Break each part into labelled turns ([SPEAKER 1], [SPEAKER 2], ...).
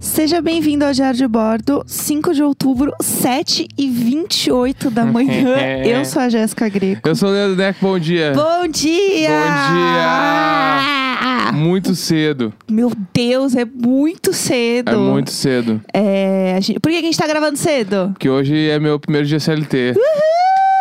[SPEAKER 1] Seja bem-vindo ao Diário de Bordo, 5 de outubro, 7h28 da manhã.
[SPEAKER 2] É.
[SPEAKER 1] Eu sou a Jéssica Greco.
[SPEAKER 2] Eu sou o Leandro Deck, bom dia.
[SPEAKER 1] Bom dia!
[SPEAKER 2] Bom Muito cedo.
[SPEAKER 1] Meu Deus, é muito cedo.
[SPEAKER 2] É muito cedo.
[SPEAKER 1] É, a gente- Por que a gente tá gravando cedo?
[SPEAKER 2] Porque hoje é meu primeiro dia CLT.
[SPEAKER 1] né?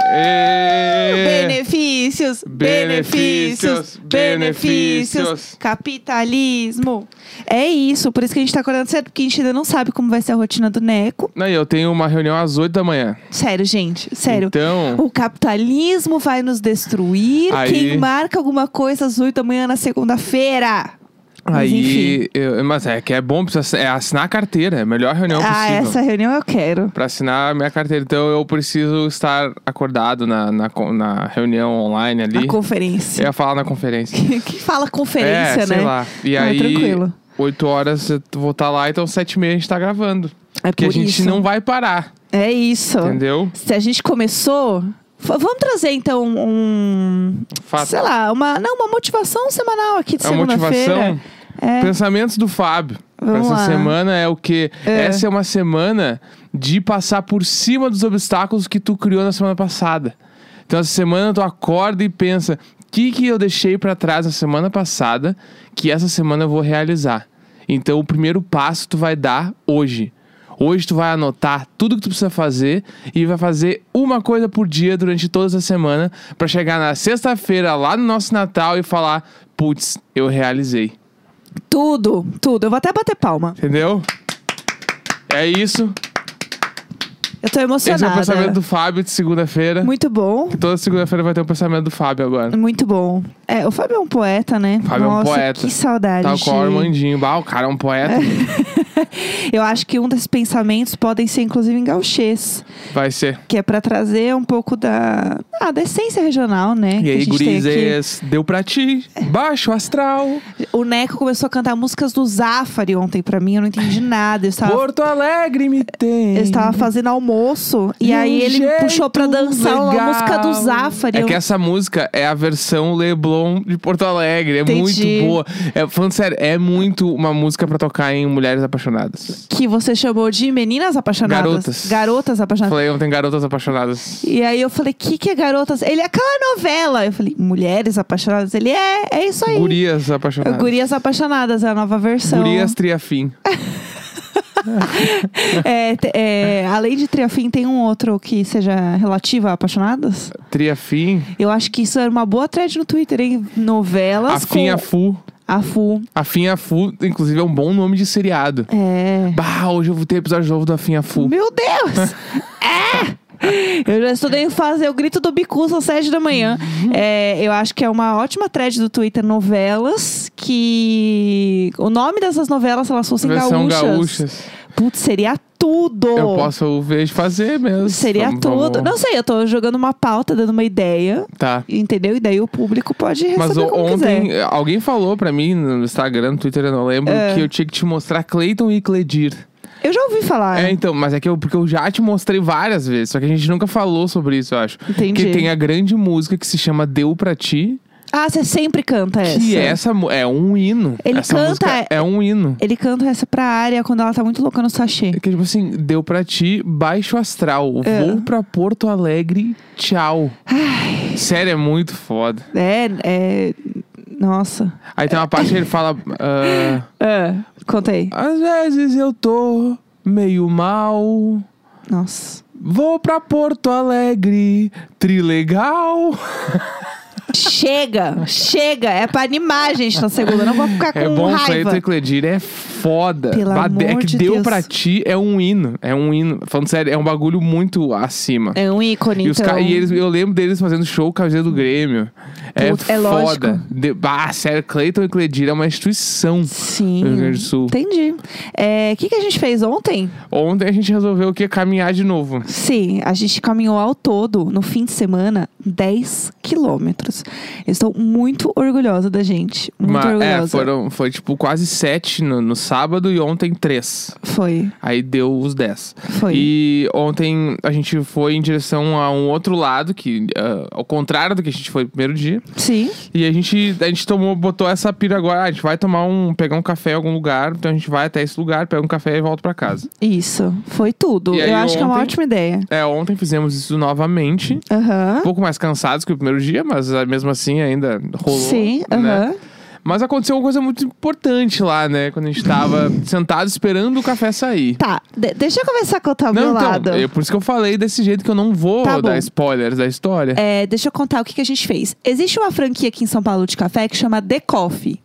[SPEAKER 2] Ê!
[SPEAKER 1] Benefícios, benefícios,
[SPEAKER 2] É. Benefícios,
[SPEAKER 1] benefícios,
[SPEAKER 2] benefícios.
[SPEAKER 1] capitalismo. É isso, por isso que a gente tá acordando cedo, porque a gente ainda não sabe como vai ser a rotina do Neco.
[SPEAKER 2] Não, e eu tenho uma reunião às 8 da manhã.
[SPEAKER 1] Sério, gente, sério.
[SPEAKER 2] Então,
[SPEAKER 1] O capitalismo vai nos destruir.
[SPEAKER 2] Aí-
[SPEAKER 1] Quem marca alguma coisa às 8 da manhã é na segunda-feira? Mas enfim.
[SPEAKER 2] aí. eu- mas é que é bom, precisa ass- é assinar a carteira. É a melhor reunião
[SPEAKER 1] ah,
[SPEAKER 2] possível.
[SPEAKER 1] essa reunião eu quero.
[SPEAKER 2] Pra assinar a minha carteira. Então eu preciso estar acordado na, na, con- na reunião online ali.
[SPEAKER 1] A conferência.
[SPEAKER 2] Eu ia falar na conferência.
[SPEAKER 1] Quem fala conferência,
[SPEAKER 2] é,
[SPEAKER 1] né?
[SPEAKER 2] sei lá. E
[SPEAKER 1] Não, é
[SPEAKER 2] aí,
[SPEAKER 1] tranquilo.
[SPEAKER 2] 8 horas eu vou estar lá, então 7 e meia a gente tá gravando.
[SPEAKER 1] É
[SPEAKER 2] Porque a
[SPEAKER 1] por
[SPEAKER 2] gente
[SPEAKER 1] isso.
[SPEAKER 2] não vai parar,
[SPEAKER 1] É isso.
[SPEAKER 2] entendeu?
[SPEAKER 1] Se a gente começou. f- Vamos trazer então um.
[SPEAKER 2] Fato.
[SPEAKER 1] Sei lá, uma. Não, uma motivação semanal aqui de
[SPEAKER 2] a motivação.
[SPEAKER 1] segunda-feira. É.
[SPEAKER 2] Pensamentos do Fábio. pra
[SPEAKER 1] Vamos
[SPEAKER 2] essa
[SPEAKER 1] lá.
[SPEAKER 2] semana é o que? Essa é uma semana de passar por cima dos obstáculos que tu criou na semana passada. Então, essa semana tu acorda e pensa: o que, que eu deixei pra trás na semana passada que essa semana eu vou realizar? Então, o primeiro passo tu vai dar hoje. Hoje tu vai anotar tudo que tu precisa fazer e vai fazer uma coisa por dia durante toda essa semana pra chegar na sexta-feira lá no nosso Natal e falar: putz, eu realizei.
[SPEAKER 1] Tudo, tudo. Eu vou até bater palma.
[SPEAKER 2] Entendeu? É isso.
[SPEAKER 1] Eu tô
[SPEAKER 2] Esse é o
[SPEAKER 1] emocionada.
[SPEAKER 2] pensamento do Fábio de segunda-feira.
[SPEAKER 1] Muito bom.
[SPEAKER 2] Toda segunda-feira vai ter o pensamento do Fábio agora.
[SPEAKER 1] Muito bom. É, o Fábio é um poeta, né?
[SPEAKER 2] Fábio é um
[SPEAKER 1] Nossa,
[SPEAKER 2] poeta.
[SPEAKER 1] Que saudade.
[SPEAKER 2] Tal qual Tá o
[SPEAKER 1] de-
[SPEAKER 2] Armandinho. Bah, o cara é um poeta.
[SPEAKER 1] Eu acho que um desses pensamentos podem ser, inclusive, em gauchês.
[SPEAKER 2] Vai ser.
[SPEAKER 1] Que é pra trazer um pouco da... Ah, da essência regional, né? que
[SPEAKER 2] E
[SPEAKER 1] a
[SPEAKER 2] aí, é-
[SPEAKER 1] gente tem aqui.
[SPEAKER 2] gurizes, deu pra ti. Baixo astral.
[SPEAKER 1] O Neco começou a cantar músicas do Zafari ontem pra mim. Eu não entendi nada. Eu estava,
[SPEAKER 2] Porto Alegre me tem.
[SPEAKER 1] Ah. eu estava fazendo almoço. E
[SPEAKER 2] De um
[SPEAKER 1] aí ele me
[SPEAKER 2] jeito
[SPEAKER 1] puxou pra dançar uma
[SPEAKER 2] legal.
[SPEAKER 1] música do Zafari.
[SPEAKER 2] É
[SPEAKER 1] Eu-
[SPEAKER 2] que essa música é a versão Leblon de Porto Alegre. É
[SPEAKER 1] Entendi.
[SPEAKER 2] muito boa. É, falando sério, é muito uma música pra tocar em Mulheres Apaixonadas.
[SPEAKER 1] Que você chamou de Meninas Apaixonadas.
[SPEAKER 2] Garotas.
[SPEAKER 1] Garotas Apaixonadas.
[SPEAKER 2] Falei ontem, Garotas Apaixonadas.
[SPEAKER 1] E aí eu falei, que que é garotas? Ele é aquela novela. Eu falei, mulheres apaixonadas. Ele é, é isso aí.
[SPEAKER 2] Gurias Apaixonadas.
[SPEAKER 1] Gurias apaixonadas é a nova versão.
[SPEAKER 2] Gurias Triafim.
[SPEAKER 1] É, te- é, além de Triafim, tem um outro que seja relativo a apaixonadas?
[SPEAKER 2] Triafim.
[SPEAKER 1] Eu acho que isso era uma boa thread no Twitter, hein? Novelas
[SPEAKER 2] Afim
[SPEAKER 1] com...
[SPEAKER 2] Afu.
[SPEAKER 1] A Fu.
[SPEAKER 2] Afim Afu, inclusive, é um bom nome de seriado.
[SPEAKER 1] É...
[SPEAKER 2] Bah, hoje eu vou ter episódio novo do Afim Afu.
[SPEAKER 1] Meu Deus! é! Eu já estudei fazer o grito do Bicus às 7 da manhã.
[SPEAKER 2] Uhum.
[SPEAKER 1] É, eu acho que é uma ótima thread do Twitter novelas que. O nome dessas novelas, se elas fossem
[SPEAKER 2] Versão
[SPEAKER 1] gaúchas.
[SPEAKER 2] um gaúchas.
[SPEAKER 1] Putz, seria tudo!
[SPEAKER 2] Eu posso ver de fazer mesmo.
[SPEAKER 1] Seria
[SPEAKER 2] Vamos-
[SPEAKER 1] tudo.
[SPEAKER 2] vamos-
[SPEAKER 1] Não sei, eu tô jogando uma pauta, dando uma ideia,
[SPEAKER 2] Tá.
[SPEAKER 1] entendeu? E daí o público pode receber
[SPEAKER 2] Mas o-
[SPEAKER 1] como
[SPEAKER 2] ontem
[SPEAKER 1] quiser. É.
[SPEAKER 2] eh, alguém falou pra mim no Instagram, no Twitter, eu não lembro, que eu tinha que te mostrar Clayton e Cledir.
[SPEAKER 1] Eu já ouvi falar.
[SPEAKER 2] É, então, mas é que eu, porque eu já te mostrei várias vezes, só que a gente nunca falou sobre isso, eu acho.
[SPEAKER 1] Entendi.
[SPEAKER 2] Que tem a grande música que se chama Deu Pra Ti,
[SPEAKER 1] Ah, você sempre canta essa.
[SPEAKER 2] que essa mu- é um hino.
[SPEAKER 1] Ele
[SPEAKER 2] essa
[SPEAKER 1] canta-
[SPEAKER 2] música é um hino.
[SPEAKER 1] Ele canta essa pra área quando ela tá muito louca no sachê.
[SPEAKER 2] É que, tipo assim, deu pra ti baixo astral.
[SPEAKER 1] É.
[SPEAKER 2] Vou pra Porto Alegre, tchau. Sério, é muito foda.
[SPEAKER 1] É, é. Nossa.
[SPEAKER 2] Aí tem uma parte que ele fala: ah,
[SPEAKER 1] É, conta aí.
[SPEAKER 2] Às vezes eu tô meio mal.
[SPEAKER 1] Nossa.
[SPEAKER 2] Vou pra Porto Alegre, trilegal.
[SPEAKER 1] Chega, chega. É pra animar, gente, na segunda. Eu Não vou ficar com
[SPEAKER 2] É bom,
[SPEAKER 1] raiva.
[SPEAKER 2] Cleiton e Cledir é foda.
[SPEAKER 1] Pelo
[SPEAKER 2] Bade- é
[SPEAKER 1] amor
[SPEAKER 2] que
[SPEAKER 1] de
[SPEAKER 2] deu
[SPEAKER 1] Deus.
[SPEAKER 2] pra ti, é um hino. É um hino. Falando sério, é um bagulho muito acima.
[SPEAKER 1] É um ícone,
[SPEAKER 2] E, os
[SPEAKER 1] então.
[SPEAKER 2] ca- e eles, eu lembro deles fazendo show com a camisa do Grêmio. É,
[SPEAKER 1] Puta, é lógico.
[SPEAKER 2] foda. De, ah, sério, Cleiton e Cledir é uma instituição.
[SPEAKER 1] Sim.
[SPEAKER 2] do Rio Grande do Sul.
[SPEAKER 1] Entendi. É, O que, que a gente fez ontem?
[SPEAKER 2] Ontem a gente resolveu que caminhar de novo.
[SPEAKER 1] Sim, a gente caminhou ao todo, no fim de semana, 10 quilômetros. inscritos. Eu estou muito orgulhosa da gente. Muito
[SPEAKER 2] Mas,
[SPEAKER 1] orgulhosa.
[SPEAKER 2] é, foram, foi tipo quase sete no, no sábado e ontem três.
[SPEAKER 1] Foi,
[SPEAKER 2] Aí deu os 10.
[SPEAKER 1] Foi.
[SPEAKER 2] E ontem a gente foi em direção a um outro lado, que ah, ao contrário do que a gente foi no primeiro dia.
[SPEAKER 1] sim.
[SPEAKER 2] E a gente, a gente tomou, botou essa pira agora. ah, a gente vai tomar um, pegar um café em algum lugar. Então a gente vai até esse lugar, pega um café e volta pra casa.
[SPEAKER 1] Isso, foi tudo.
[SPEAKER 2] E aí,
[SPEAKER 1] Eu acho que é uma
[SPEAKER 2] ontem-
[SPEAKER 1] ótima ideia.
[SPEAKER 2] É, ontem fizemos isso novamente.
[SPEAKER 1] Aham.
[SPEAKER 2] Um pouco mais cansados que o primeiro dia, mas ah, mesmo assim ainda rolou.
[SPEAKER 1] Sim,
[SPEAKER 2] né?
[SPEAKER 1] aham.
[SPEAKER 2] Mas aconteceu uma coisa muito importante lá, né? Quando a gente tava sentado esperando o café sair.
[SPEAKER 1] Tá, de- deixa eu começar a contar o meu
[SPEAKER 2] Não,
[SPEAKER 1] lado.
[SPEAKER 2] então, é por isso que eu falei desse jeito que eu não vou
[SPEAKER 1] Tá bom.
[SPEAKER 2] dar spoilers da história.
[SPEAKER 1] É, deixa eu contar o que, que a gente fez. Existe uma franquia aqui em São Paulo de café que chama The Coffee.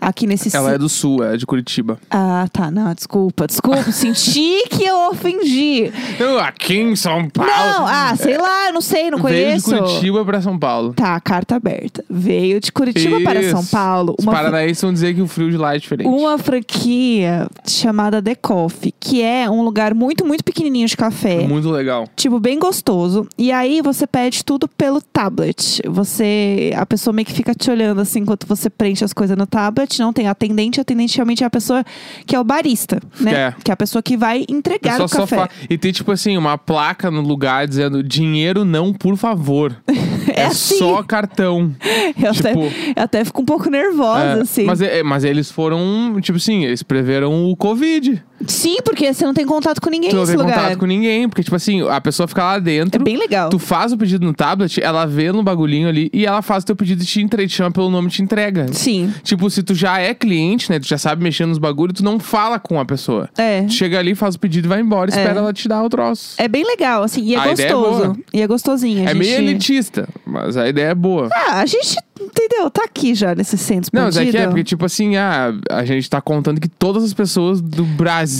[SPEAKER 1] Aqui nesse
[SPEAKER 2] Ela
[SPEAKER 1] ci-
[SPEAKER 2] é do sul, é de Curitiba.
[SPEAKER 1] Ah, tá. Não, desculpa, desculpa. Senti que eu ofendi.
[SPEAKER 2] Eu aqui em São Paulo.
[SPEAKER 1] Não, ah, sei lá, eu não sei, não conheço.
[SPEAKER 2] Veio de Curitiba pra São Paulo.
[SPEAKER 1] Tá, carta aberta. Veio de Curitiba para
[SPEAKER 2] Isso.
[SPEAKER 1] São Paulo.
[SPEAKER 2] Os
[SPEAKER 1] Uma, fra-
[SPEAKER 2] paranaenses vão dizer que o frio de lá é diferente.
[SPEAKER 1] uma franquia chamada The Coffee, que é um lugar muito, muito pequenininho de café.
[SPEAKER 2] Muito legal.
[SPEAKER 1] Tipo, bem gostoso. E aí você pede tudo pelo tablet. Você. A pessoa meio que fica te olhando assim enquanto você preenche as coisas no tablet. Não tem atendente. Atendente realmente é a pessoa que é o barista, né?
[SPEAKER 2] É.
[SPEAKER 1] Que é a pessoa que vai entregar
[SPEAKER 2] Só-
[SPEAKER 1] o
[SPEAKER 2] só
[SPEAKER 1] café.
[SPEAKER 2] fa- E tem, tipo assim, uma placa no lugar dizendo dinheiro não, por favor.
[SPEAKER 1] É assim.
[SPEAKER 2] só cartão.
[SPEAKER 1] eu, até,
[SPEAKER 2] tipo-
[SPEAKER 1] eu até fico um pouco nervosa,
[SPEAKER 2] É,
[SPEAKER 1] assim.
[SPEAKER 2] Mas, é- mas eles foram, tipo assim, eles preveram o Covid.
[SPEAKER 1] Sim, porque você não tem contato com ninguém
[SPEAKER 2] tu não
[SPEAKER 1] nesse
[SPEAKER 2] tem
[SPEAKER 1] lugar.
[SPEAKER 2] contato com ninguém, porque, tipo assim, a pessoa fica lá
[SPEAKER 1] É
[SPEAKER 2] dentro.
[SPEAKER 1] bem legal.
[SPEAKER 2] Tu faz o pedido no tablet, ela vê no bagulhinho ali e ela faz o teu pedido e te, entre... te chama pelo nome e te entrega.
[SPEAKER 1] Sim.
[SPEAKER 2] Tipo, se tu já é cliente, né? Tu já sabe mexer nos bagulhos, tu não fala com a pessoa.
[SPEAKER 1] É.
[SPEAKER 2] Tu chega ali, faz o pedido e vai embora, espera ela te dar o troço.
[SPEAKER 1] É bem legal, assim. E é
[SPEAKER 2] A ideia é
[SPEAKER 1] gostoso.
[SPEAKER 2] boa.
[SPEAKER 1] e é gostosinho. A
[SPEAKER 2] É
[SPEAKER 1] gente...
[SPEAKER 2] meio elitista, mas a ideia é boa.
[SPEAKER 1] Ah, a gente, entendeu? Tá aqui já nesse centro
[SPEAKER 2] Não, mas é que é,
[SPEAKER 1] expandido.
[SPEAKER 2] porque, tipo assim, ah, a gente tá contando que todas as pessoas do Brasil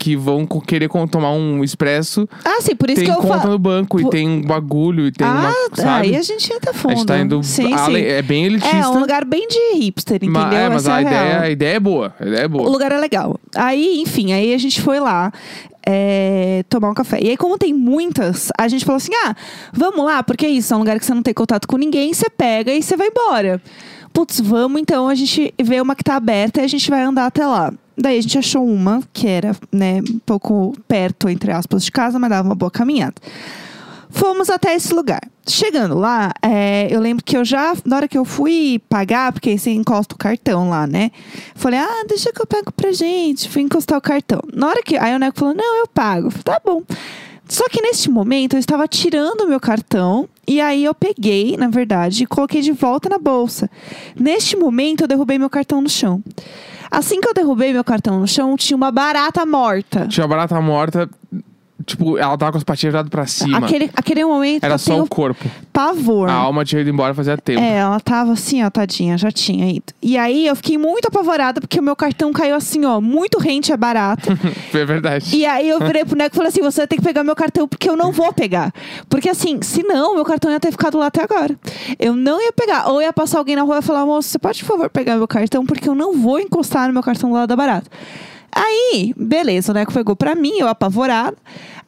[SPEAKER 2] que vão co- querer com- tomar um expresso
[SPEAKER 1] Ah, sim, por isso
[SPEAKER 2] tem
[SPEAKER 1] que eu
[SPEAKER 2] conta
[SPEAKER 1] falo.
[SPEAKER 2] no banco e
[SPEAKER 1] Por-
[SPEAKER 2] tem um bagulho e tem
[SPEAKER 1] ah,
[SPEAKER 2] uma.
[SPEAKER 1] tá, aí
[SPEAKER 2] Sabe?
[SPEAKER 1] a gente entra fundo.
[SPEAKER 2] a gente tá indo.
[SPEAKER 1] Sim,
[SPEAKER 2] além-
[SPEAKER 1] sim.
[SPEAKER 2] É bem elitista.
[SPEAKER 1] É, um lugar bem de hipster, entendeu?
[SPEAKER 2] ma- é, mas
[SPEAKER 1] Essa
[SPEAKER 2] a,
[SPEAKER 1] é real.
[SPEAKER 2] ideia, a ideia é boa. A ideia é
[SPEAKER 1] O
[SPEAKER 2] boa.
[SPEAKER 1] lugar é legal. Aí, enfim, aí a gente foi lá é, tomar um café. E aí, como tem muitas, a gente falou assim: ah, vamos lá, porque é isso, é um lugar que você não tem contato com ninguém, você pega e você vai embora. Putz, vamos então, a gente vê uma que tá aberta e a gente vai andar até lá. Daí a gente achou uma que era, né, um pouco perto, entre aspas, de casa, mas dava uma boa caminhada. Fomos até esse lugar. Chegando lá, é, eu lembro que eu já, na hora que eu fui pagar, porque aí você encosta o cartão lá, né? Falei, ah, deixa que eu pego pra gente. Fui encostar o cartão. Na hora que. Aí o Neco falou, não, eu pago. Eu falei, tá bom. Só que neste momento eu estava tirando o meu cartão e aí eu peguei, na verdade, e coloquei de volta na bolsa. Neste momento eu derrubei meu cartão no chão. Assim que eu derrubei meu cartão no chão, tinha uma barata morta.
[SPEAKER 2] Tinha a barata morta, tipo, ela tava com as patinhas viradas pra cima.
[SPEAKER 1] Aquele, aquele momento
[SPEAKER 2] Era
[SPEAKER 1] eu
[SPEAKER 2] só
[SPEAKER 1] tenho
[SPEAKER 2] o corpo.
[SPEAKER 1] pavor.
[SPEAKER 2] A alma tinha ido embora fazia tempo.
[SPEAKER 1] É, ela tava assim, ó, tadinha, já tinha ido. E aí eu fiquei muito apavorada porque o meu cartão caiu assim, ó, muito rente é barato.
[SPEAKER 2] É, verdade.
[SPEAKER 1] e aí eu virei pro Neco e falei assim: você vai ter que pegar meu cartão porque eu não vou pegar. Porque assim, se não, meu cartão ia ter ficado lá até agora. Eu não ia pegar. Ou ia passar alguém na rua e falar: moço, você pode, por favor, pegar meu cartão porque eu não vou encostar no meu cartão do lado da barata. Aí, beleza, o Neco pegou pra mim, eu apavorada.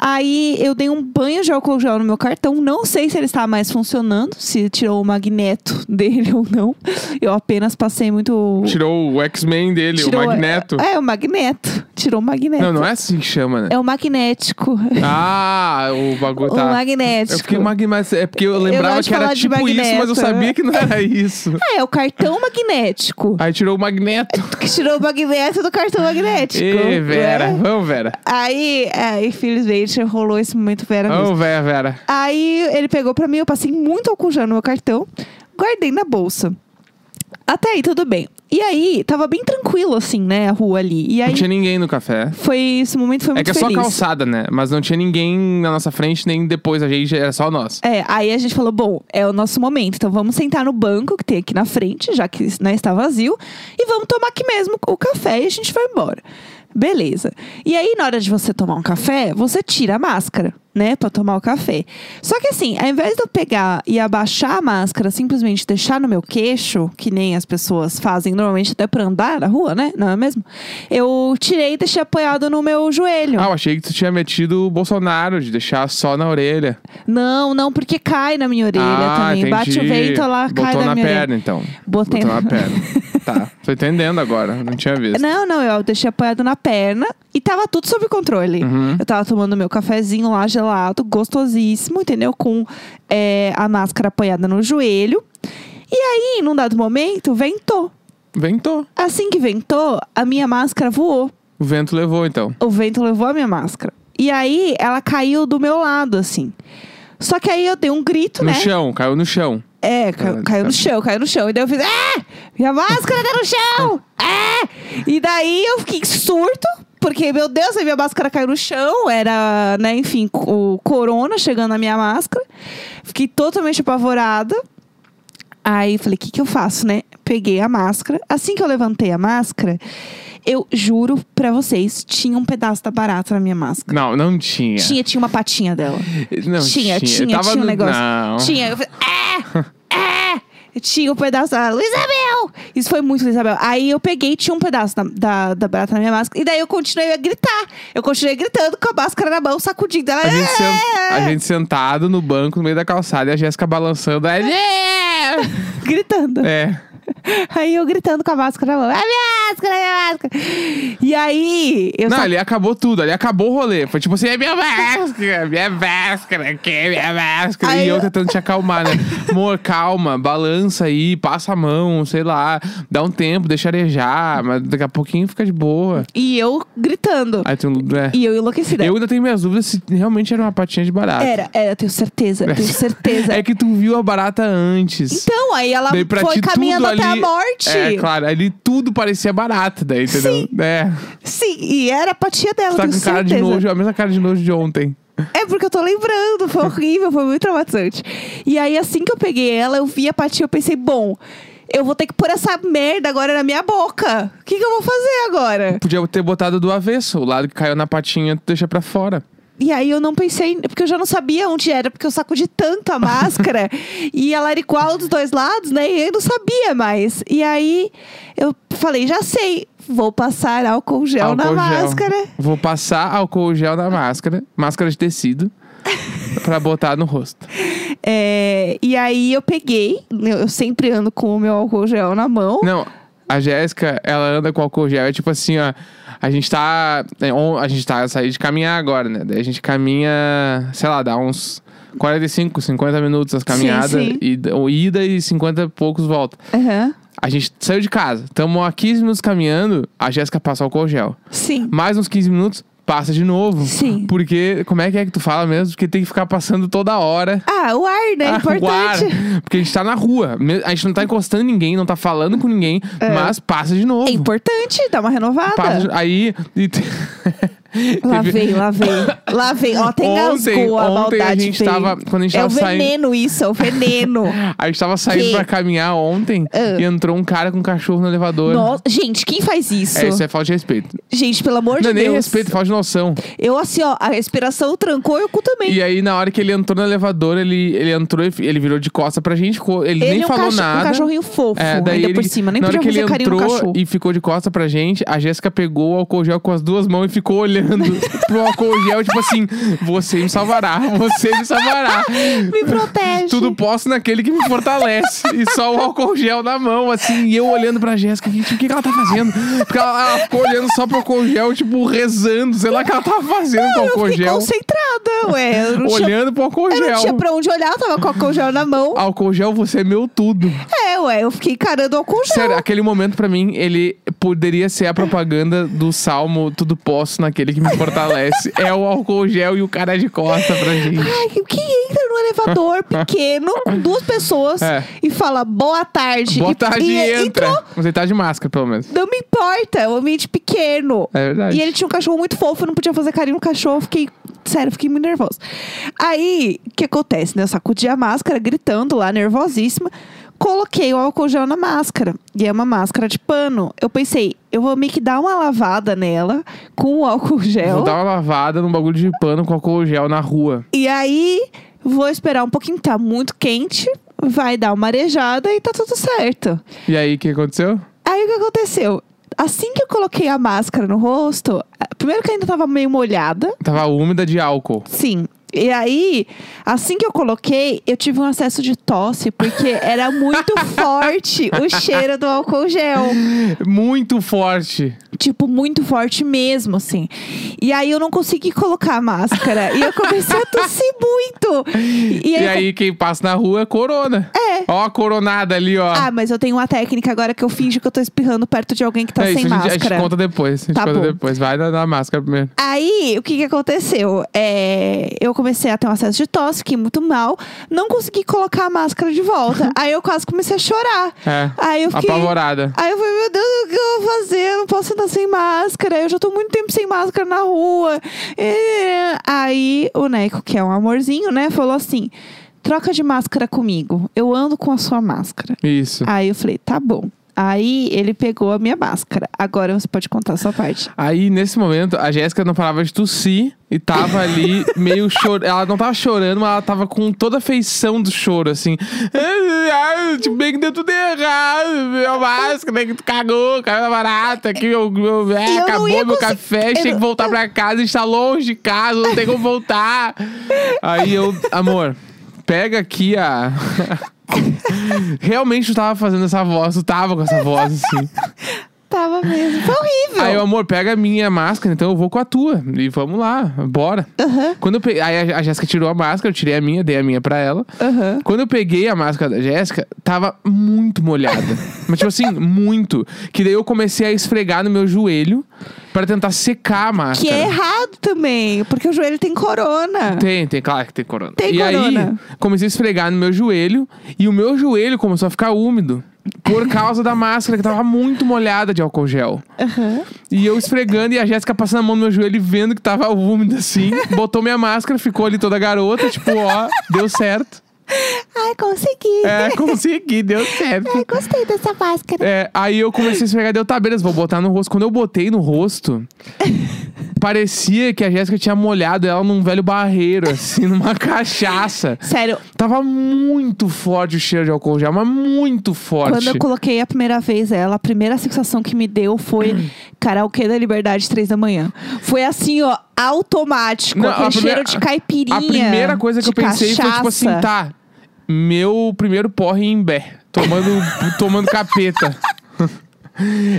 [SPEAKER 1] Aí eu dei um banho de álcool gel no meu cartão. Não sei se ele está mais funcionando, se tirou o magneto dele ou não. Eu apenas passei muito.
[SPEAKER 2] Tirou o X-Men dele,
[SPEAKER 1] Tirou-
[SPEAKER 2] o Magneto.
[SPEAKER 1] É, o magneto. Tirou o magneto.
[SPEAKER 2] Não, não é assim que chama, né?
[SPEAKER 1] É o magnético.
[SPEAKER 2] Ah, o bagulho
[SPEAKER 1] O
[SPEAKER 2] tá.
[SPEAKER 1] magnético.
[SPEAKER 2] Eu fiquei mag- mas É porque eu
[SPEAKER 1] Eu
[SPEAKER 2] lembrava
[SPEAKER 1] gosto de
[SPEAKER 2] que era
[SPEAKER 1] falar de
[SPEAKER 2] tipo isso, mas eu
[SPEAKER 1] magneto.
[SPEAKER 2] sabia que não era isso.
[SPEAKER 1] Ah, é o cartão magnético.
[SPEAKER 2] Aí tirou o magneto.
[SPEAKER 1] Que tirou o magneto do cartão magnético.
[SPEAKER 2] Ê, Vera.
[SPEAKER 1] né?
[SPEAKER 2] Vamos, Vera.
[SPEAKER 1] Aí, é, infelizmente, rolou esse momento Vera mesmo.
[SPEAKER 2] Vamos, Vera, Vera.
[SPEAKER 1] Aí ele pegou pra mim, eu passei muito álcool gel no meu cartão, guardei na bolsa. Até aí, tudo bem. E aí, tava bem tranquilo, assim, né, a rua ali. E aí,
[SPEAKER 2] Não tinha ninguém no café.
[SPEAKER 1] foi esse momento foi
[SPEAKER 2] É
[SPEAKER 1] muito
[SPEAKER 2] que é só
[SPEAKER 1] feliz.
[SPEAKER 2] calçada, né? Mas não tinha ninguém na nossa frente, nem depois a gente, era só nós.
[SPEAKER 1] É, aí a gente falou, bom, é o nosso momento, então vamos sentar no banco que tem aqui na frente, já que né, está vazio, e vamos tomar aqui mesmo o café e a gente vai embora. Beleza. E aí, na hora de você tomar um café, você tira a máscara, né? Pra tomar o café. Só que assim, ao invés de eu pegar e abaixar a máscara, simplesmente deixar no meu queixo, que nem as pessoas fazem normalmente até pra andar na rua, né? Não é mesmo? Eu tirei e deixei apoiado no meu joelho.
[SPEAKER 2] Ah, eu achei que tu tinha metido o Bolsonaro de deixar só na orelha.
[SPEAKER 1] Não, não, porque cai na minha orelha
[SPEAKER 2] ah,
[SPEAKER 1] também.
[SPEAKER 2] entendi.
[SPEAKER 1] Bate o vento, ela
[SPEAKER 2] Botou
[SPEAKER 1] cai
[SPEAKER 2] na
[SPEAKER 1] minha orelha.
[SPEAKER 2] perna, então.
[SPEAKER 1] Botei
[SPEAKER 2] Botou
[SPEAKER 1] na-
[SPEAKER 2] na perna. tá, tô entendendo agora. Não tinha visto.
[SPEAKER 1] Não, não, eu deixei apoiado na perna e tava tudo sob controle.
[SPEAKER 2] Uhum.
[SPEAKER 1] Eu tava tomando meu cafezinho lá gelado, gostosíssimo, entendeu? Com é, a máscara apoiada no joelho. E aí, num dado momento, ventou.
[SPEAKER 2] Ventou.
[SPEAKER 1] Assim que ventou, a minha máscara voou.
[SPEAKER 2] O vento levou, então.
[SPEAKER 1] O vento levou a minha máscara. E aí, ela caiu do meu lado, assim. Só que aí eu dei um grito,
[SPEAKER 2] No
[SPEAKER 1] né?
[SPEAKER 2] chão, caiu no chão.
[SPEAKER 1] É, ca-
[SPEAKER 2] Caralho,
[SPEAKER 1] caiu
[SPEAKER 2] cara.
[SPEAKER 1] no chão, caiu no chão. E daí eu fiz, ah! Minha máscara tá no chão! Ah! E daí eu fiquei em surto, porque, meu Deus, a minha máscara caiu no chão. Era, né, enfim, co- o corona chegando na minha máscara. Fiquei totalmente apavorada. Aí falei, o que, que eu faço, né? Peguei a máscara. Assim que eu levantei a máscara, eu juro pra vocês, tinha um pedaço da barata na minha máscara.
[SPEAKER 2] Não, não tinha.
[SPEAKER 1] Tinha, tinha uma patinha dela.
[SPEAKER 2] Não,
[SPEAKER 1] Tinha,
[SPEAKER 2] tinha.
[SPEAKER 1] tinha,
[SPEAKER 2] Tava
[SPEAKER 1] tinha um
[SPEAKER 2] no-
[SPEAKER 1] negócio.
[SPEAKER 2] Não.
[SPEAKER 1] Tinha. Eu falei, ah! Ah! Tinha um pedaço da Isabel! Isso foi muito Isabel. Aí eu peguei, tinha um pedaço da, da, da barata na minha máscara. E daí eu continuei a gritar. Eu continuei gritando com a máscara na mão, sacudindo. Ela,
[SPEAKER 2] A gente, sen-
[SPEAKER 1] "Ah!"
[SPEAKER 2] a gente sentado no banco, no meio da calçada, e a Jéssica balançando. Aí...
[SPEAKER 1] Gritando.
[SPEAKER 2] É.
[SPEAKER 1] Aí eu gritando com a máscara na mão. "É A minha máscara, a minha máscara. E aí eu
[SPEAKER 2] Não,
[SPEAKER 1] sac-
[SPEAKER 2] ali acabou tudo, ali acabou o rolê. Foi tipo assim, é minha máscara, minha máscara, que é minha máscara.
[SPEAKER 1] Aí
[SPEAKER 2] e eu
[SPEAKER 1] eu-
[SPEAKER 2] tentando te acalmar, né? Amor, calma, balança aí, passa a mão, sei lá, dá um tempo, deixa arejar, mas daqui a pouquinho fica de boa.
[SPEAKER 1] E eu gritando.
[SPEAKER 2] Aí tu é.
[SPEAKER 1] E eu enlouquecida.
[SPEAKER 2] Eu ainda tenho minhas dúvidas se realmente era uma patinha de barata.
[SPEAKER 1] Era, era, eu tenho certeza, eu tenho certeza.
[SPEAKER 2] É que tu viu a barata antes.
[SPEAKER 1] Então, aí ela
[SPEAKER 2] Daí pra
[SPEAKER 1] foi
[SPEAKER 2] ti
[SPEAKER 1] caminhando
[SPEAKER 2] tudo
[SPEAKER 1] até
[SPEAKER 2] ali,
[SPEAKER 1] a morte.
[SPEAKER 2] É, claro, ali tudo parecia barata, daí, entendeu? É.
[SPEAKER 1] Sim, e era a patinha dela,
[SPEAKER 2] Tu tá
[SPEAKER 1] tenho
[SPEAKER 2] com cara
[SPEAKER 1] certeza.
[SPEAKER 2] de nojo, a mesma cara de nojo de ontem.
[SPEAKER 1] É porque eu tô lembrando, foi horrível, foi muito traumatizante. E aí, assim que eu peguei ela, eu vi a patinha, eu pensei, bom, eu vou ter que pôr essa merda agora na minha boca. O que, que eu vou fazer agora?
[SPEAKER 2] Podia ter botado do avesso. O lado que caiu na patinha, tu deixa pra fora.
[SPEAKER 1] E aí eu não pensei, porque eu já não sabia onde era, porque eu sacudi tanto a máscara e ela era igual dos dois lados, né? E eu não sabia mais. E aí eu falei, já sei, vou passar álcool gel
[SPEAKER 2] Álcool
[SPEAKER 1] na
[SPEAKER 2] gel.
[SPEAKER 1] máscara.
[SPEAKER 2] Vou passar álcool gel na máscara. Máscara de tecido. pra botar no rosto.
[SPEAKER 1] É, e aí eu peguei, né, eu eu sempre ando com o meu álcool gel na mão.
[SPEAKER 2] Não, a Jéssica, ela anda com álcool gel. É tipo assim, ó. A gente tá. é, on- A gente tá saindo de caminhar agora, né? Daí a gente caminha, sei lá, dá uns 45, 50 minutos as caminhadas.
[SPEAKER 1] sim.
[SPEAKER 2] ida- ou ida e 50 e poucos volta.
[SPEAKER 1] Aham.
[SPEAKER 2] A gente saiu de casa, estamos há 15 minutos caminhando, a Jéssica passa álcool gel.
[SPEAKER 1] Sim.
[SPEAKER 2] Mais uns 15 minutos, passa de novo.
[SPEAKER 1] Sim.
[SPEAKER 2] Porque, como é que é que tu fala mesmo? Porque tem que ficar passando toda hora.
[SPEAKER 1] Ah, o ar, né?
[SPEAKER 2] Ah,
[SPEAKER 1] Importante.
[SPEAKER 2] o ar. Porque a gente tá na rua. Me- A gente não tá encostando em ninguém, não tá falando com ninguém, mas passa de novo.
[SPEAKER 1] É importante, dá uma renovada.
[SPEAKER 2] Passa de- Aí. e te-
[SPEAKER 1] Lá
[SPEAKER 2] teve-
[SPEAKER 1] vem, lá vem. Lá vem. Ó, tem
[SPEAKER 2] Ontem-
[SPEAKER 1] engasgou a
[SPEAKER 2] ontem a
[SPEAKER 1] maldade.
[SPEAKER 2] gente
[SPEAKER 1] veio.
[SPEAKER 2] tava- quando a gente
[SPEAKER 1] é
[SPEAKER 2] tava
[SPEAKER 1] o
[SPEAKER 2] saindo-
[SPEAKER 1] veneno isso, é o veneno.
[SPEAKER 2] A gente tava saindo
[SPEAKER 1] Que?
[SPEAKER 2] pra caminhar ontem
[SPEAKER 1] Ah.
[SPEAKER 2] e entrou um cara com um cachorro no elevador.
[SPEAKER 1] Nossa, gente, quem faz isso?
[SPEAKER 2] É, isso é falta de respeito.
[SPEAKER 1] Gente, pelo amor
[SPEAKER 2] não é
[SPEAKER 1] de
[SPEAKER 2] nem
[SPEAKER 1] Deus.
[SPEAKER 2] respeito, falta de noção.
[SPEAKER 1] Eu, assim, ó, a respiração trancou e o cu também.
[SPEAKER 2] E aí, na hora que ele entrou no elevador, ele, ele entrou e fi- ele virou de costa pra gente. ficou- Ele,
[SPEAKER 1] Ele
[SPEAKER 2] nem
[SPEAKER 1] é um,
[SPEAKER 2] falou
[SPEAKER 1] cachorro-
[SPEAKER 2] nada.
[SPEAKER 1] um cachorrinho fofo,
[SPEAKER 2] É, daí
[SPEAKER 1] ainda
[SPEAKER 2] ele,
[SPEAKER 1] por cima. Nem
[SPEAKER 2] na hora
[SPEAKER 1] podia
[SPEAKER 2] que ele
[SPEAKER 1] fazer carinho no
[SPEAKER 2] entrou
[SPEAKER 1] cachorro.
[SPEAKER 2] e ficou de costa pra gente, a Jéssica pegou o álcool gel com as duas mãos e ficou olhando pro álcool gel, tipo assim: Você me salvará, você me salvará.
[SPEAKER 1] Me protege.
[SPEAKER 2] Tudo posso naquele que me fortalece. e só o álcool gel na mão, assim, e eu olhando pra Jéssica, gente, o que, que ela tá fazendo? Porque ela, ela ficou olhando só pro álcool gel, tipo, rezando, sei lá o que ela tava fazendo com
[SPEAKER 1] Eu
[SPEAKER 2] o álcool
[SPEAKER 1] fiquei
[SPEAKER 2] gel.
[SPEAKER 1] concentrada, ué. Eu não tinha
[SPEAKER 2] Olhando pro álcool
[SPEAKER 1] Eu não tinha
[SPEAKER 2] gel.
[SPEAKER 1] pra onde olhar, eu tava com o álcool gel na mão.
[SPEAKER 2] Álcool gel, você é meu tudo.
[SPEAKER 1] É, ué, eu fiquei encarando o álcool gel.
[SPEAKER 2] Sério, aquele momento pra mim, ele poderia ser a propaganda do salmo Tudo Posso naquele que me fortalece. é o álcool gel e o cara de costa pra gente.
[SPEAKER 1] Ai, que- quem entra num elevador pequeno, com duas pessoas,
[SPEAKER 2] É.
[SPEAKER 1] e fala boa tarde.
[SPEAKER 2] Boa
[SPEAKER 1] e,
[SPEAKER 2] tarde,
[SPEAKER 1] e,
[SPEAKER 2] entra.
[SPEAKER 1] entrou,
[SPEAKER 2] Mas ele tá de máscara, pelo menos.
[SPEAKER 1] não me importa, é um ambiente pequeno.
[SPEAKER 2] É verdade.
[SPEAKER 1] E ele tinha um cachorro muito fofo, eu não podia fazer carinho no cachorro, eu fiquei. Sério, eu fiquei muito nervosa. Aí, o que acontece, né? Eu sacudi a máscara, gritando lá, nervosíssima. Coloquei o álcool gel na máscara. E é uma máscara de pano. Eu pensei, eu vou meio que dar uma lavada nela com o álcool gel.
[SPEAKER 2] Vou dar um uma lavada num bagulho de pano com álcool gel na rua.
[SPEAKER 1] E aí, vou esperar um pouquinho, tá muito quente. Vai dar uma arejada e tá tudo certo.
[SPEAKER 2] E aí, o que aconteceu?
[SPEAKER 1] Aí o que aconteceu? Assim que eu coloquei a máscara no rosto, primeiro que ainda tava meio molhada,
[SPEAKER 2] Tava úmida de álcool.
[SPEAKER 1] sim. E aí, assim que eu coloquei, eu tive um acesso de tosse, porque era muito forte o cheiro do álcool gel.
[SPEAKER 2] Muito forte.
[SPEAKER 1] Tipo, muito forte mesmo, assim. E aí eu não consegui colocar a máscara. e eu comecei a tossir muito.
[SPEAKER 2] E, aí, quem passa na rua é corona.
[SPEAKER 1] É.
[SPEAKER 2] Ó a coronada ali, ó.
[SPEAKER 1] Ah, mas eu tenho uma técnica agora que eu finjo que eu tô espirrando perto de alguém que tá
[SPEAKER 2] É
[SPEAKER 1] sem
[SPEAKER 2] isso, a gente, a
[SPEAKER 1] máscara.
[SPEAKER 2] gente conta depois. A gente
[SPEAKER 1] Tá
[SPEAKER 2] conta
[SPEAKER 1] bom.
[SPEAKER 2] depois. Vai na, na máscara primeiro.
[SPEAKER 1] Aí, o que que aconteceu? É, eu comecei a ter um acesso de tosse, fiquei muito mal. Não consegui colocar a máscara de volta. aí eu quase comecei a chorar.
[SPEAKER 2] É.
[SPEAKER 1] Aí eu fiquei...
[SPEAKER 2] Apavorada.
[SPEAKER 1] Aí eu falei, meu Deus, o que eu vou fazer? Eu não posso andar sem máscara. Eu já tô muito tempo sem máscara na rua. É. Aí o Neco, que é um amorzinho, né? Falou assim, troca de máscara comigo. Eu ando com a sua máscara.
[SPEAKER 2] Isso.
[SPEAKER 1] Aí eu falei, tá bom. Aí ele pegou a minha máscara. Agora você pode contar a sua parte.
[SPEAKER 2] Aí, nesse momento, a Jéssica não parava de tossir e tava ali meio chorando. Ela não tava chorando, mas ela tava com toda a feição do choro, assim. Ah, Tipo, bem que deu tudo errado. Meu máscara que tu cagou, caiu na barata, que meu, meu- é,
[SPEAKER 1] E eu não
[SPEAKER 2] acabou
[SPEAKER 1] ia
[SPEAKER 2] meu
[SPEAKER 1] conseguir-
[SPEAKER 2] café,
[SPEAKER 1] eu
[SPEAKER 2] tinha que
[SPEAKER 1] não-
[SPEAKER 2] voltar pra casa, a gente tá longe de casa, não tem como voltar. Aí eu, amor, pega aqui a. Realmente tu tava fazendo essa voz, tu tava com essa voz, assim.
[SPEAKER 1] Tava mesmo. Foi horrível.
[SPEAKER 2] Aí, eu, amor, pega a minha máscara, então eu vou com a tua. E vamos lá, bora.
[SPEAKER 1] Aham.
[SPEAKER 2] Quando eu peguei, aí a a Jéssica tirou a máscara, eu tirei a minha, dei a minha pra ela.
[SPEAKER 1] Aham.
[SPEAKER 2] Quando eu peguei a máscara da Jéssica, tava muito molhada. Mas, tipo assim, muito. Que daí eu comecei a esfregar no meu joelho pra tentar secar a
[SPEAKER 1] Que
[SPEAKER 2] máscara.
[SPEAKER 1] é errado também, porque o joelho tem corona.
[SPEAKER 2] Então. Tem, tem, claro que tem corona.
[SPEAKER 1] Tem
[SPEAKER 2] e
[SPEAKER 1] corona.
[SPEAKER 2] aí, comecei a esfregar no meu joelho e o meu joelho começou a ficar úmido por causa da máscara que tava muito molhada de álcool gel. E eu esfregando e a Jéssica passando a mão no meu joelho e vendo que tava úmido assim. botou minha máscara, ficou ali toda garota, tipo, ó, deu certo.
[SPEAKER 1] Ai, consegui.
[SPEAKER 2] É, consegui, deu certo.
[SPEAKER 1] Ai, gostei dessa máscara.
[SPEAKER 2] É, aí eu comecei a esfregar, deu, tá, beleza, vou botar no rosto. Quando eu botei no rosto, parecia que a Jéssica tinha molhado ela num velho barreiro, assim, numa cachaça.
[SPEAKER 1] Sério,
[SPEAKER 2] Tava muito forte o cheiro de álcool gel, mas muito forte.
[SPEAKER 1] quando eu coloquei a primeira vez ela, a primeira sensação que me deu foi karaokê da liberdade, três da manhã. Foi assim, ó, automático.
[SPEAKER 2] Não,
[SPEAKER 1] aquele
[SPEAKER 2] a primeira-
[SPEAKER 1] cheiro de caipirinha.
[SPEAKER 2] A primeira coisa que eu
[SPEAKER 1] de
[SPEAKER 2] pensei foi tipo
[SPEAKER 1] cachaça.
[SPEAKER 2] assim, tá, meu primeiro porre em Imbé, tomando, tomando capeta.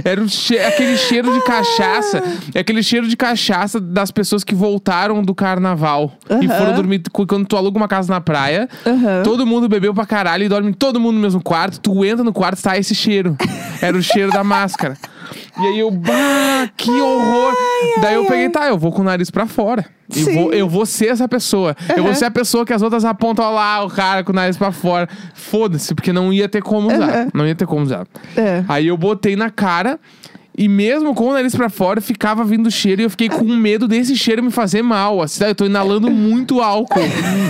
[SPEAKER 2] Era o che- aquele cheiro de cachaça.
[SPEAKER 1] Ah.
[SPEAKER 2] É aquele cheiro de cachaça das pessoas que voltaram do carnaval e
[SPEAKER 1] Aham.
[SPEAKER 2] foram dormir. cu- Quando tu aluga uma casa na praia,
[SPEAKER 1] Aham.
[SPEAKER 2] todo mundo bebeu pra caralho e dorme todo mundo no mesmo quarto. Tu entra no quarto, tá esse cheiro. Era o cheiro da máscara. E aí eu, bah, que horror. Daí eu
[SPEAKER 1] ai,
[SPEAKER 2] peguei, tá, eu vou com o nariz pra fora. E
[SPEAKER 1] Sim.
[SPEAKER 2] vou, eu vou ser essa pessoa. Eu vou ser a pessoa que as outras apontam "Olha lá, o cara com o nariz pra fora. Foda-se, porque não ia ter como usar. Não ia ter como usar.
[SPEAKER 1] É.
[SPEAKER 2] Aí eu botei na cara. E mesmo com o nariz pra fora, ficava vindo cheiro e eu fiquei com medo desse cheiro me fazer mal. Assim, eu tô inalando muito álcool.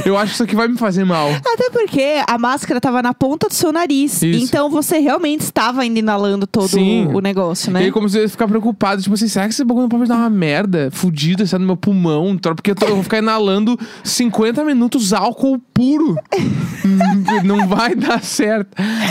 [SPEAKER 2] Eu acho que isso aqui vai me fazer mal.
[SPEAKER 1] Até porque a máscara tava na ponta do seu nariz.
[SPEAKER 2] Isso.
[SPEAKER 1] Então você realmente estava ainda inalando todo
[SPEAKER 2] Sim.
[SPEAKER 1] o negócio,
[SPEAKER 2] E
[SPEAKER 1] né?
[SPEAKER 2] aí comecei a ficar preocupado, tipo assim, será que esse bagulho não pode dar uma merda fudida, sair no meu pulmão? tro- Porque eu, tô- eu vou ficar inalando 50 minutos álcool puro. Hum, não vai dar certo.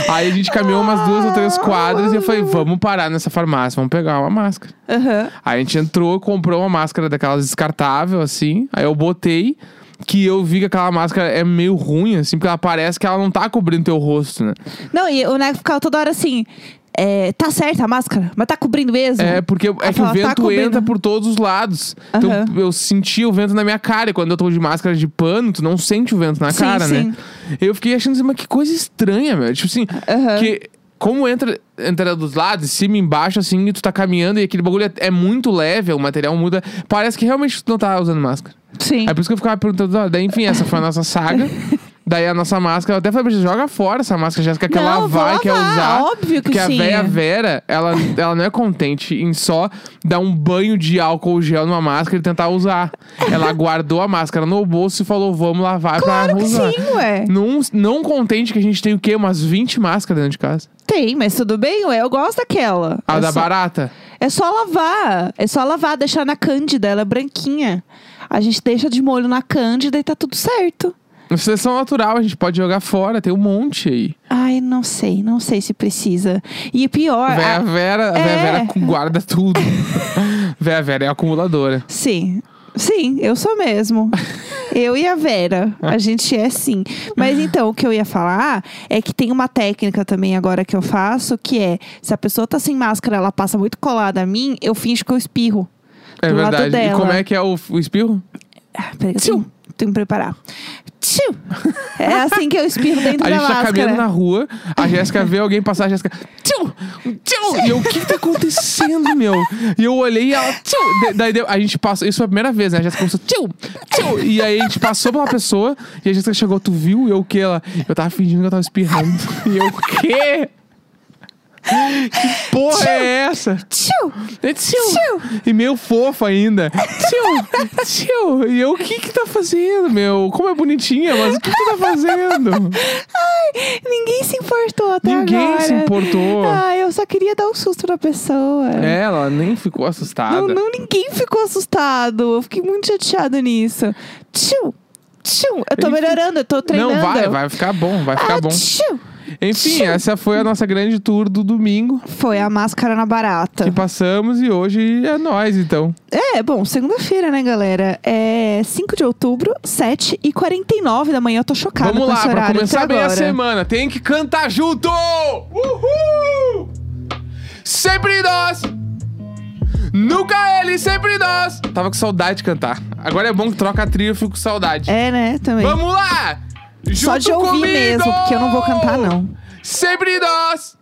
[SPEAKER 2] Aí a gente caminhou umas duas ou três quadras e eu falei, vamos parar nessa farmácia, vamos pegar uma máscara.
[SPEAKER 1] Aham.
[SPEAKER 2] Aí a gente entrou, comprou uma máscara daquelas descartável, assim. Aí eu botei, que eu vi que aquela máscara é meio ruim, assim, porque ela parece que ela não tá cobrindo teu rosto, né?
[SPEAKER 1] Não, e o Neco ficava toda hora assim. é, tá certa a máscara, mas tá cobrindo mesmo?
[SPEAKER 2] É, porque é
[SPEAKER 1] Ah,
[SPEAKER 2] que o
[SPEAKER 1] tá
[SPEAKER 2] vento
[SPEAKER 1] cobrindo.
[SPEAKER 2] entra por todos os lados.
[SPEAKER 1] Aham.
[SPEAKER 2] Então eu sentia o vento na minha cara. E quando eu tô de máscara de pano, tu não sente o vento na
[SPEAKER 1] Sim,
[SPEAKER 2] cara, né?
[SPEAKER 1] sim.
[SPEAKER 2] Eu fiquei achando assim, mas que coisa estranha, meu. Tipo assim,
[SPEAKER 1] Aham.
[SPEAKER 2] que como entra, entra dos lados, de cima e embaixo, assim, e tu tá caminhando e aquele bagulho é, é muito leve, o material muda. Parece que realmente tu não tá usando máscara.
[SPEAKER 1] Sim.
[SPEAKER 2] É por isso que eu ficava perguntando. ah, Daí, enfim, essa foi a nossa saga. Daí a nossa máscara, eu até falei pra Jéssica, joga fora essa máscara, Jéssica, que
[SPEAKER 1] Não,
[SPEAKER 2] ela
[SPEAKER 1] vou
[SPEAKER 2] vai, quer
[SPEAKER 1] lavar,
[SPEAKER 2] usar.
[SPEAKER 1] óbvio que
[SPEAKER 2] Porque
[SPEAKER 1] sim.
[SPEAKER 2] a véia Vera, ela, ela não é contente em só dar um banho de álcool gel numa máscara e tentar usar. Ela guardou a máscara no bolso e falou, vamos lavar
[SPEAKER 1] Claro
[SPEAKER 2] pra
[SPEAKER 1] que
[SPEAKER 2] usar.
[SPEAKER 1] sim, ué.
[SPEAKER 2] Não, não contente que a gente tem o quê? Umas 20 máscaras dentro de casa.
[SPEAKER 1] Tem, mas tudo bem, ué. Eu gosto daquela.
[SPEAKER 2] A
[SPEAKER 1] é
[SPEAKER 2] da
[SPEAKER 1] só-
[SPEAKER 2] barata.
[SPEAKER 1] É só lavar. É só lavar, deixar na cândida. Ela é branquinha. A gente deixa de molho na cândida e tá tudo certo.
[SPEAKER 2] Na seleção natural, a gente pode jogar fora, tem um monte aí.
[SPEAKER 1] Ai, não sei. Não sei se precisa. E pior...
[SPEAKER 2] Véia
[SPEAKER 1] a-
[SPEAKER 2] Vera, a véia
[SPEAKER 1] é.
[SPEAKER 2] Vera cu- guarda tudo. véia Vera é acumuladora.
[SPEAKER 1] Sim. Sim, eu sou mesmo. Eu e a Vera, a gente é sim. Mas então, o que eu ia falar é que tem uma técnica também agora que eu faço, que é, se a pessoa tá sem máscara, ela passa muito colada a mim, eu finjo que eu espirro.
[SPEAKER 2] É
[SPEAKER 1] Do lado
[SPEAKER 2] verdade. E
[SPEAKER 1] dela.
[SPEAKER 2] como é que é o, o espirro?
[SPEAKER 1] Ah, peraí, eu tenho, tenho que preparar. Tchiu! É assim que eu espirro dentro da
[SPEAKER 2] A gente tá
[SPEAKER 1] máscara.
[SPEAKER 2] caminhando na rua, a Jéssica vê alguém passar, a Jéssica. Tchum! Tchum! E eu, o que que tá acontecendo, meu? E eu olhei e ela. Tchum! Da- Daí deu- a gente passou. Isso foi a primeira vez, né? A Jéssica começou. Tchum! Tchum! E aí a gente passou pela pessoa e a Jéssica chegou, tu viu? E eu o que? Ela. Eu tava fingindo que eu tava espirrando. E eu o quê? Que porra é essa?
[SPEAKER 1] Tchiu!
[SPEAKER 2] É Tio. E meio fofo ainda. Tio, tio. E eu, o que que tá fazendo, meu? Como é bonitinha, mas o que que tá fazendo?
[SPEAKER 1] Ai, ninguém se importou até
[SPEAKER 2] Ninguém
[SPEAKER 1] agora.
[SPEAKER 2] se importou. É,
[SPEAKER 1] Ai, eu só queria dar um susto na pessoa.
[SPEAKER 2] Ela nem ficou assustada.
[SPEAKER 1] Não, não, ninguém ficou assustado. Eu fiquei muito chateado nisso. Tchiu! Tchiu! Eu tô
[SPEAKER 2] Ele-
[SPEAKER 1] melhorando, eu tô treinando.
[SPEAKER 2] Não, vai, vai ficar bom, vai ficar
[SPEAKER 1] Ah,
[SPEAKER 2] bom.
[SPEAKER 1] Tchiu! tchum.
[SPEAKER 2] Enfim, essa foi a nossa grande tour do domingo
[SPEAKER 1] Foi a máscara na barata.
[SPEAKER 2] que passamos e hoje é nós, então.
[SPEAKER 1] É, bom, segunda-feira, né, galera? É 5 de outubro, 7h49 da manhã. Eu tô chocada
[SPEAKER 2] Vamos
[SPEAKER 1] com
[SPEAKER 2] lá,
[SPEAKER 1] esse
[SPEAKER 2] pra
[SPEAKER 1] horário
[SPEAKER 2] começar
[SPEAKER 1] até
[SPEAKER 2] bem a
[SPEAKER 1] então agora.
[SPEAKER 2] semana, tem que cantar junto! Uhul! Sempre nós! Nunca ele, sempre nós! Tava com saudade de cantar. Agora é bom que troca a trilha, eu fico com saudade.
[SPEAKER 1] É, né, também.
[SPEAKER 2] Vamos lá!
[SPEAKER 1] Só
[SPEAKER 2] Junto
[SPEAKER 1] de ouvir
[SPEAKER 2] comigo!
[SPEAKER 1] mesmo, porque eu não vou cantar, não.
[SPEAKER 2] Sempre nós!